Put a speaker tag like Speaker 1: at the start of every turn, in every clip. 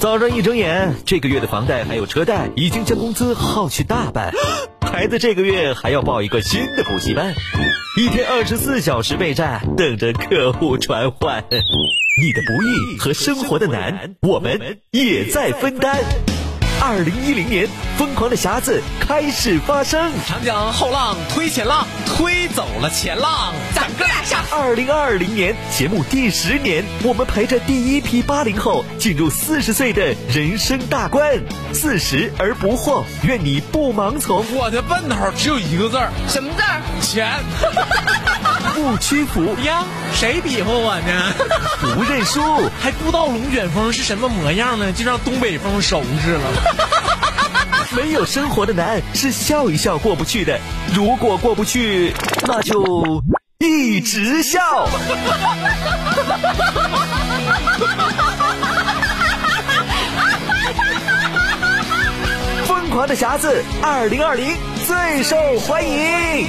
Speaker 1: 早上一睁眼，这个月的房贷还有车贷已经将工资耗去大半，孩子这个月还要报一个新的补习班，一天二十四小时备战，等着客户传唤。你的不易和生活的难，我们也在分担。二零一零年，疯狂的匣子开始发生。
Speaker 2: 长江后浪推前浪，推走了前浪，咱哥俩上。
Speaker 1: 二零二零年节目第十年，我们陪着第一批八零后进入四十岁的人生大关。四十而不惑，愿你不盲从，
Speaker 2: 我的奔头只有一个字儿，
Speaker 3: 什么字儿？
Speaker 2: 钱。
Speaker 1: 不屈服，
Speaker 2: 呀，谁比划我呢？
Speaker 1: 不认输。
Speaker 2: 还不知道龙卷风是什么模样呢，就让东北风收拾了。
Speaker 1: 没有生活的难是笑一笑过不去的，如果过不去，那就一直笑。 疯狂的匣子，二零二零最受欢迎。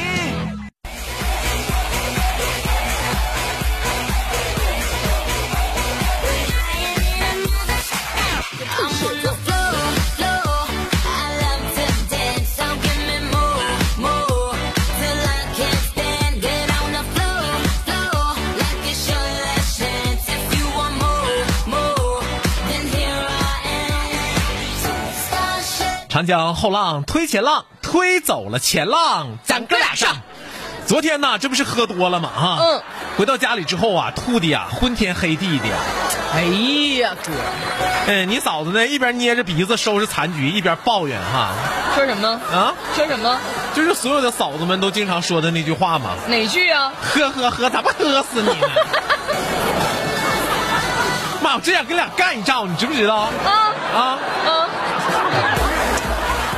Speaker 2: 长江后浪推前浪，推走了前浪，咱哥俩上。昨天呢，这不是喝多了吗？哈，
Speaker 3: 嗯，
Speaker 2: 回到家里之后啊，吐的呀，昏天黑地的。
Speaker 3: 哎呀，哥，
Speaker 2: 嗯，你嫂子呢，一边捏着鼻子收拾残局，一边抱怨哈
Speaker 3: 说什么？
Speaker 2: 啊，
Speaker 3: 说什么？
Speaker 2: 就是所有的嫂子们都经常说的那句话嘛，
Speaker 3: 哪句啊？
Speaker 2: 喝喝喝，咋不喝死你 呢？妈，我真想跟俩干一仗，你知不知道？
Speaker 3: 啊
Speaker 2: 啊，
Speaker 3: 啊！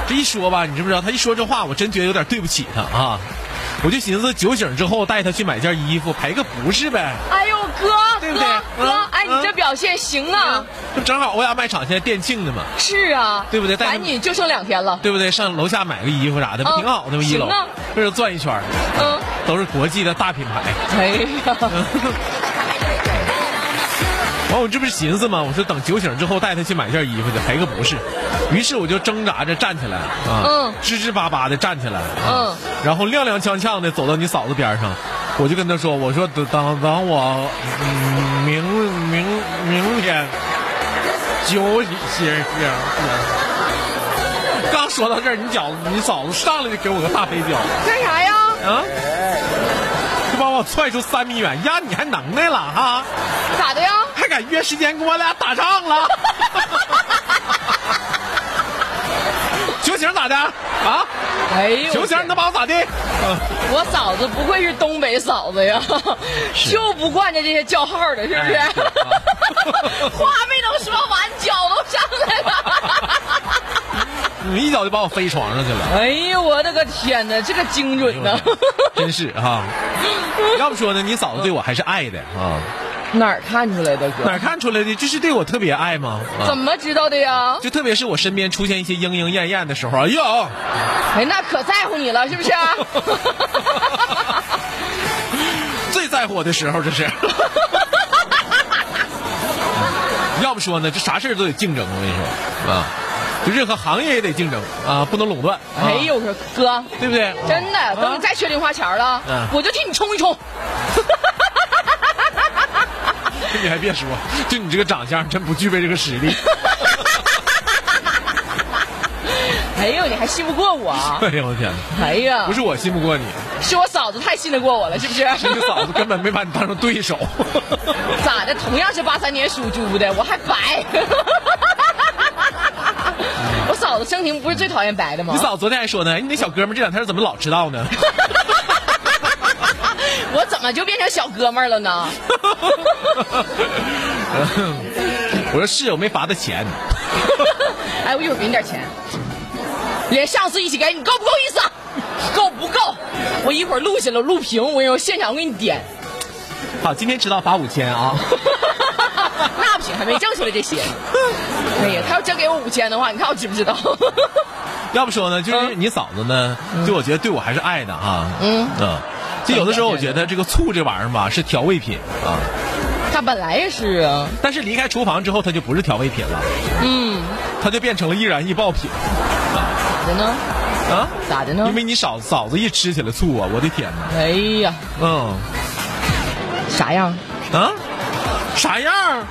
Speaker 2: 这一说吧，你知不知道？他一说这话，我真觉得有点对不起他啊。我就寻思酒醒之后带他去买件衣服，赔个不是呗。
Speaker 3: 哎呦，哥，
Speaker 2: 对不对
Speaker 3: 哥，哥
Speaker 2: 嗯，
Speaker 3: 哎，你这
Speaker 2: 嗯
Speaker 3: 表现行啊！
Speaker 2: 这正好欧亚卖场现在店庆的嘛，
Speaker 3: 是啊，
Speaker 2: 对不对带
Speaker 3: 赶
Speaker 2: 他
Speaker 3: 紧就剩两天了。
Speaker 2: 对不对？上楼下买个衣服啥的，不
Speaker 3: 嗯
Speaker 2: 挺好的吗？一楼
Speaker 3: 行啊
Speaker 2: 就是转一圈儿，
Speaker 3: 嗯，
Speaker 2: 都是国际的大品牌。
Speaker 3: 哎呀，
Speaker 2: 完，我这不是寻思吗？我说等酒醒之后带他去买件衣服去，赔个不是。于是我就挣扎着站起来啊，
Speaker 3: 嗯
Speaker 2: 支支巴巴的站起来，啊
Speaker 3: 嗯，
Speaker 2: 然后踉踉跄跄的走到你嫂子边上，我就跟她说，我说等等等我，嗯明明明天酒醒醒。刚说到这儿，你饺子你嫂子上来就给我个大飞脚
Speaker 3: 干啥呀？
Speaker 2: 啊，就把我踹出三米远呀！你还能耐了哈、
Speaker 3: 咋的呀？
Speaker 2: 还敢约时间跟我俩打仗 了？酒醒咋的啊？
Speaker 3: 哎呦，
Speaker 2: 酒醒你能把我咋地？
Speaker 3: 我嫂子不愧是东北嫂子 呀，就不惯着这些叫号的，是不是？
Speaker 2: 哎 是啊
Speaker 3: 话没能说完，脚都上来了。
Speaker 2: 你一脚就把我飞床上去 了，
Speaker 3: 哎呦，我的个天哪，这个精准呐！
Speaker 2: 真是哈、要不说呢，你嫂子对我还是爱的啊，
Speaker 3: 哪儿看出来的
Speaker 2: 哪
Speaker 3: 哥？
Speaker 2: 儿看出来的？就是对我特别爱吗？啊
Speaker 3: 怎，么知道的呀？
Speaker 2: 就特别是我身边出现一些莺莺燕燕的时候，哎呦，
Speaker 3: 哎，那可在乎你了，是不是？
Speaker 2: 最在乎我的时候，这是。 要不说呢，这啥事儿都得竞争，我跟你说啊，就任何行业也得竞争啊，不能垄断。啊、
Speaker 3: 哎，呦，我说哥，
Speaker 2: 对不对？
Speaker 3: 真的，等你再缺零花钱了
Speaker 2: 嗯，
Speaker 3: 我就替你冲一冲。
Speaker 2: 你还别说，就你这个长相，真不具备这个实力。
Speaker 3: 哎呦，你还信不过我啊？
Speaker 2: 哎呦我天哪！
Speaker 3: 哎呀
Speaker 2: 不，是我信不过你，
Speaker 3: 是我嫂子太信得过我了，是不是？
Speaker 2: 这个嫂子根本没把你当成对手。
Speaker 3: 咋的？同样是八三年属猪的，我还白。 我嫂子生平不是最讨厌白的吗
Speaker 2: 你？嫂子昨天还说呢，哎你那小哥们儿这两天怎么老迟到呢？
Speaker 3: 我怎么就变成小哥们儿了呢？
Speaker 2: 我说是，我没罚他钱。
Speaker 3: 哎，我一会儿给你点钱，连上次一起给你，够不够意思？啊够不够？我一会儿录下来，我录屏，我跟你说现场我给你点，
Speaker 2: 好，今天迟到罚五千啊。
Speaker 3: 那不行，还没挣出来这 些。哎呀，他要真给我五千的话，你看我知不知 道？
Speaker 2: 要不说呢，就是你嫂子呢，就我觉得对我还是爱的哈。嗯嗯，就有的时候我觉得这个醋这玩意儿吧是调味品啊，
Speaker 3: 他本来也是啊，
Speaker 2: 但是离开厨房之后，它就不是调味品了，
Speaker 3: 嗯，
Speaker 2: 它就变成了易燃易爆品
Speaker 3: 咋的呢？
Speaker 2: 啊！
Speaker 3: 咋的呢
Speaker 2: 因？为你嫂嫂子一吃起来醋啊，我的天哪！
Speaker 3: 哎呀，
Speaker 2: 嗯
Speaker 3: 啥样？
Speaker 2: 啊，啥样儿？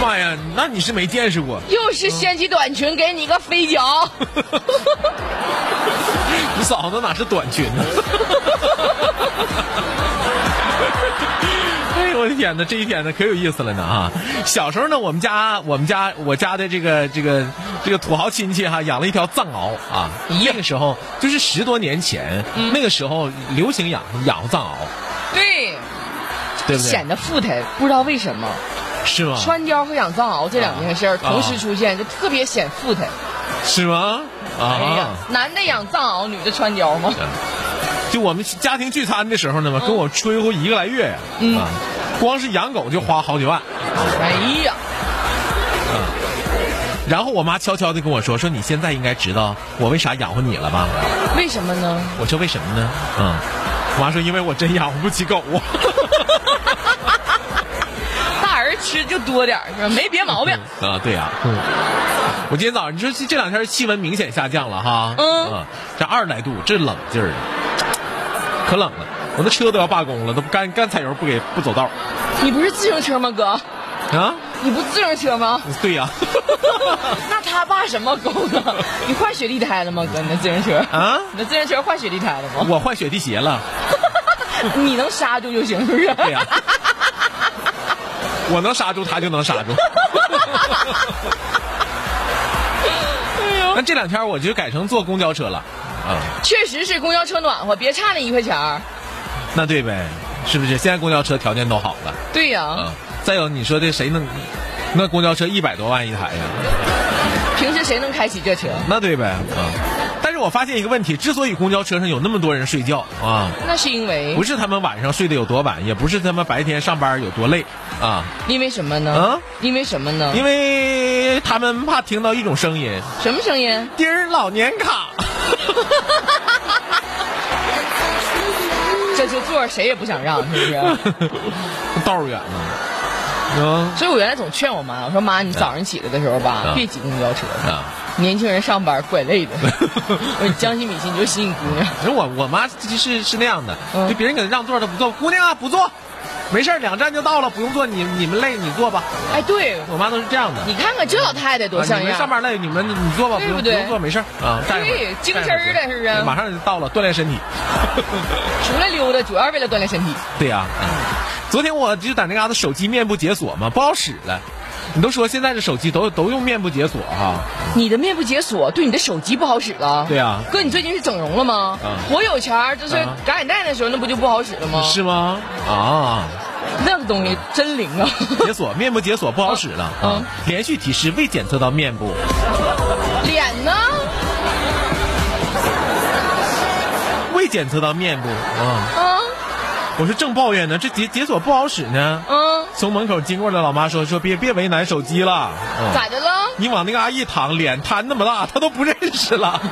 Speaker 2: 妈呀，那你是没见识过，
Speaker 3: 又是掀起短裙，给你个飞 脚。
Speaker 2: 你嫂子哪是短裙呢？ 哎呦我的天呐，这一天呢可有意思了呢啊！小时候呢，我们家我们家我家的这个这个这个土豪亲戚哈、养了一条藏獒啊。那个时候就是十多年前，
Speaker 3: 嗯
Speaker 2: 那个时候流行养养活藏獒，
Speaker 3: 对，啊
Speaker 2: 对不对？
Speaker 3: 显得富态，不知道为什么，
Speaker 2: 是吗？
Speaker 3: 川椒和养藏獒这两件事儿
Speaker 2: 啊
Speaker 3: 同时出现，就特别显富态。
Speaker 2: 是吗？
Speaker 3: 哎呀
Speaker 2: 啊，，
Speaker 3: 男的养藏獒，女的川椒吗？
Speaker 2: 就我们家庭聚餐的时候呢嘛，跟我吹过一个来月呀、
Speaker 3: 嗯
Speaker 2: 啊，光是养狗就花好几万。
Speaker 3: 哎呀，
Speaker 2: 然后我妈悄悄地跟我说：“说你现在应该知道我为啥养活你了吧
Speaker 3: 为什么呢？？”
Speaker 2: 我说：“为什么呢？”嗯，我妈说：“因为我真养活不起狗啊。
Speaker 3: 大人吃就多点儿是吧？没别毛病。”
Speaker 2: 啊，对呀、嗯。我今天早上，你说这这两天气温明显下降了哈，
Speaker 3: 嗯
Speaker 2: 这二十来度，这冷劲儿，可冷了，我的车都要罢工了，都不干干踩油不给不走道
Speaker 3: 你不是自行车吗，哥？
Speaker 2: 啊，
Speaker 3: 你不自行车 吗？
Speaker 2: 对呀、
Speaker 3: 那他爸什么狗呢？你换雪地胎了吗，哥？你的自行车
Speaker 2: 啊
Speaker 3: 你的自行车换雪地胎了吗？
Speaker 2: 我换雪地鞋了，
Speaker 3: 你能刹住就行，是不是？
Speaker 2: 对呀、 我能刹住他就能刹住。那这两天我就改成坐公交车了，啊、
Speaker 3: 确实是公交车暖和，别差那一块钱儿。
Speaker 2: 那对呗，是不是？现在公交车条件都好了，
Speaker 3: 对呀、
Speaker 2: 啊、再有你说这谁能，那公交车一百多万一台呀、
Speaker 3: 平时谁能开起这车？
Speaker 2: 那对呗，啊、但是我发现一个问题，之所以公交车上有那么多人睡觉啊，
Speaker 3: 那是因为
Speaker 2: 不是他们晚上睡得有多晚，也不是他们白天上班有多累啊，
Speaker 3: 因为什么呢？
Speaker 2: 啊
Speaker 3: 因为什么呢？
Speaker 2: 因为他们怕听到一种声音，
Speaker 3: 什么声音？
Speaker 2: 丁儿老年卡。
Speaker 3: 这这座儿谁也不想 让，是不是？
Speaker 2: 道儿远呢。
Speaker 3: 所以我原来总劝我妈，我说妈，你早上起来的时候吧，
Speaker 2: 啊
Speaker 3: 别挤公交车，
Speaker 2: 啊啊！
Speaker 3: 年轻人上班怪累的。
Speaker 2: 嗯
Speaker 3: 我说你将心比心，你就心你姑娘。
Speaker 2: 反正哎我我妈是是那样的，
Speaker 3: 嗯
Speaker 2: 就别人给她让座她不坐，姑娘啊不坐，没事儿两站就到了，不用坐，你你们累你坐吧。
Speaker 3: 哎，对，
Speaker 2: 我妈都是这样的。
Speaker 3: 你看看这老太太多
Speaker 2: 啊
Speaker 3: 像
Speaker 2: 你
Speaker 3: 样。
Speaker 2: 们上班累，你们你坐吧，不
Speaker 3: 对
Speaker 2: 用
Speaker 3: 不对
Speaker 2: 用坐，没事儿啊，站一会儿
Speaker 3: 对精神
Speaker 2: 站一会
Speaker 3: 儿的是啊不是
Speaker 2: 马上就到了，锻炼身体。
Speaker 3: 出来溜达，主要是为了锻炼身体。
Speaker 2: 对呀、嗯昨天我就在那嘎达手机面部解锁嘛，不好使了。你都说现在这手机都都用面部解锁哈、
Speaker 3: 你的面部解锁对你的手机不好使了？
Speaker 2: 对啊
Speaker 3: 哥，你最近是整容了吗？
Speaker 2: 啊
Speaker 3: 我有钱儿，就是
Speaker 2: 啊
Speaker 3: 感染带那时候，那不就不好使了吗？
Speaker 2: 是吗？啊。
Speaker 3: 那个东西真灵 啊！
Speaker 2: 解锁面部解锁不好使了啊
Speaker 3: 嗯！
Speaker 2: 连续提示未检测到面部，
Speaker 3: 脸呢？
Speaker 2: 未检测到面部啊！
Speaker 3: 啊
Speaker 2: 我是正抱怨呢，这解解锁不好使呢。
Speaker 3: 啊，
Speaker 2: 从门口经过的老妈说说别别为难手机了，嗯
Speaker 3: 咋的了？
Speaker 2: 你往那嘎一躺，脸摊那么大，他都不认识了，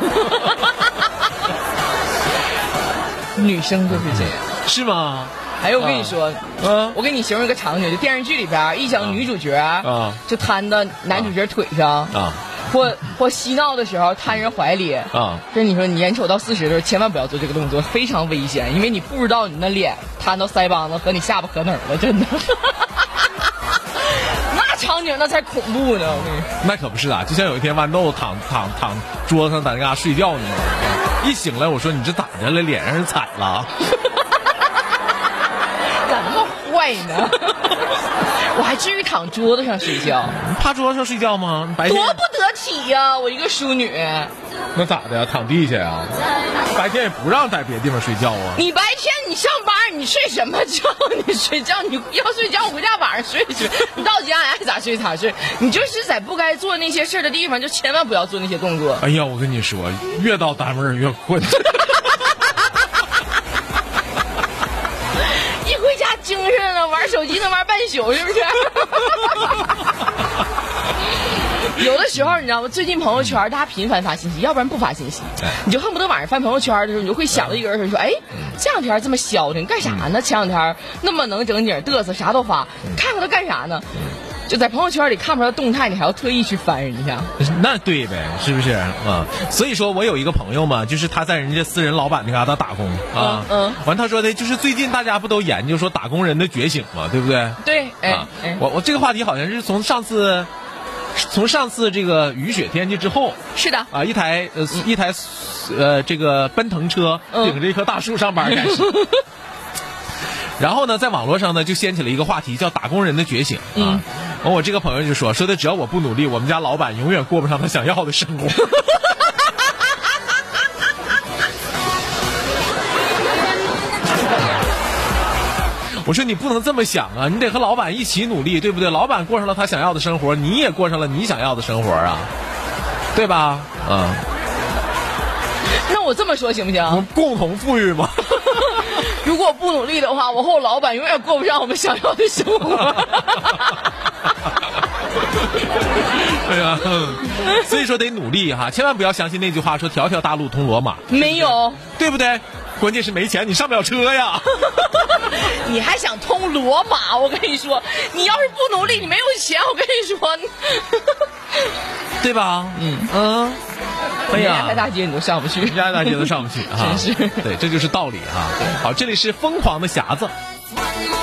Speaker 3: 女生就是这样。
Speaker 2: 是吗？
Speaker 3: 哎，我跟你说，
Speaker 2: 嗯
Speaker 3: 我给你形容一个场景，就电视剧里边儿一讲女主角
Speaker 2: 啊
Speaker 3: 就瘫到男主角腿上
Speaker 2: 啊
Speaker 3: 或或嬉闹的时候瘫人怀里
Speaker 2: 啊！
Speaker 3: 就是你说你眼瞅到四十的时候，千万不要做这个动作，非常危险，因为你不知道你那脸摊到腮帮子和你下巴合哪儿了，真的。 那场景那才恐怖呢，我跟你说。
Speaker 2: 那可不是啊！就像有一天豌豆躺躺躺桌子上在那嘎睡觉呢，一醒来我说你这咋的了？脸让人踩了？
Speaker 3: 咋那么坏呢？ 我还至于躺桌子上睡觉，
Speaker 2: 你趴桌子上睡觉吗？你白天
Speaker 3: 多不得体呀、我一个淑女，
Speaker 2: 那咋的呀？啊躺地下呀？白天也不让在别地方睡觉啊？
Speaker 3: 你白天你上班，你睡什么觉？你睡觉，你要睡觉回家晚上睡去， 你到家爱咋睡咋睡。你就是在不该做那些事儿的地方，就千万不要做那些动作。
Speaker 2: 哎呀，我跟你说，越到单位儿越困。
Speaker 3: 一回家精 神了，玩手机能玩半宿，是不是？有的时候你知道吗？最近朋友圈大家频繁发信息，要不然不发信息，你就恨不得晚上翻朋友圈的时候，你就会想到一个人说：“哎，这两天这么消停干啥呢？前两天那么能整景嘚瑟，啥都发，看看他干啥呢？”就在朋友圈里看不着动态，你还要特意去翻人家。
Speaker 2: 那对呗，是不是啊？所以说我有一个朋友嘛，就是他在人家私人老板那嘎达打工啊，
Speaker 3: 嗯嗯
Speaker 2: 完他说的就是最近大家不都研究说打工人的觉醒嘛，对不对？
Speaker 3: 对，哎、
Speaker 2: 啊
Speaker 3: 哎，，
Speaker 2: 我我这个话题好像是从上次，从上次这个雨雪天气之后
Speaker 3: 是的，
Speaker 2: 啊，一台呃一台呃这个奔腾车
Speaker 3: 嗯
Speaker 2: 顶着一棵大树上班开始。然后呢，在网络上呢就掀起了一个话题，叫“打工人的觉醒”啊。完我这个朋友就说：“说的只要我不努力，我们家老板永远过不上他想要的生活。我说你不能这么想啊，你得和老板一起努力，对不对？老板过上了他想要的生活，你也过上了你想要的生活啊，对吧？嗯，
Speaker 3: 那我这么说行嗯不
Speaker 2: 我
Speaker 3: 行？
Speaker 2: 们共同富裕 嘛。
Speaker 3: 如果我不努力的话，我和我老板永远过不上我们想要的生 活。
Speaker 2: 对哎呀、嗯所以说得努力哈，千万不要相信那句话说“条条大路通罗马
Speaker 3: 没有，”，
Speaker 2: 对不对？关键是没钱，你上不了车呀。
Speaker 3: 你还想通罗马？我跟你说，你要是不努力，你没有钱，我跟你说，
Speaker 2: 对吧？嗯嗯，哎
Speaker 3: 人家
Speaker 2: 呀
Speaker 3: 开，大街你都上不去。
Speaker 2: 家大街都上不去啊，
Speaker 3: 真是
Speaker 2: 对，这就是道理哈、好，这里是疯狂的匣子。
Speaker 4: One more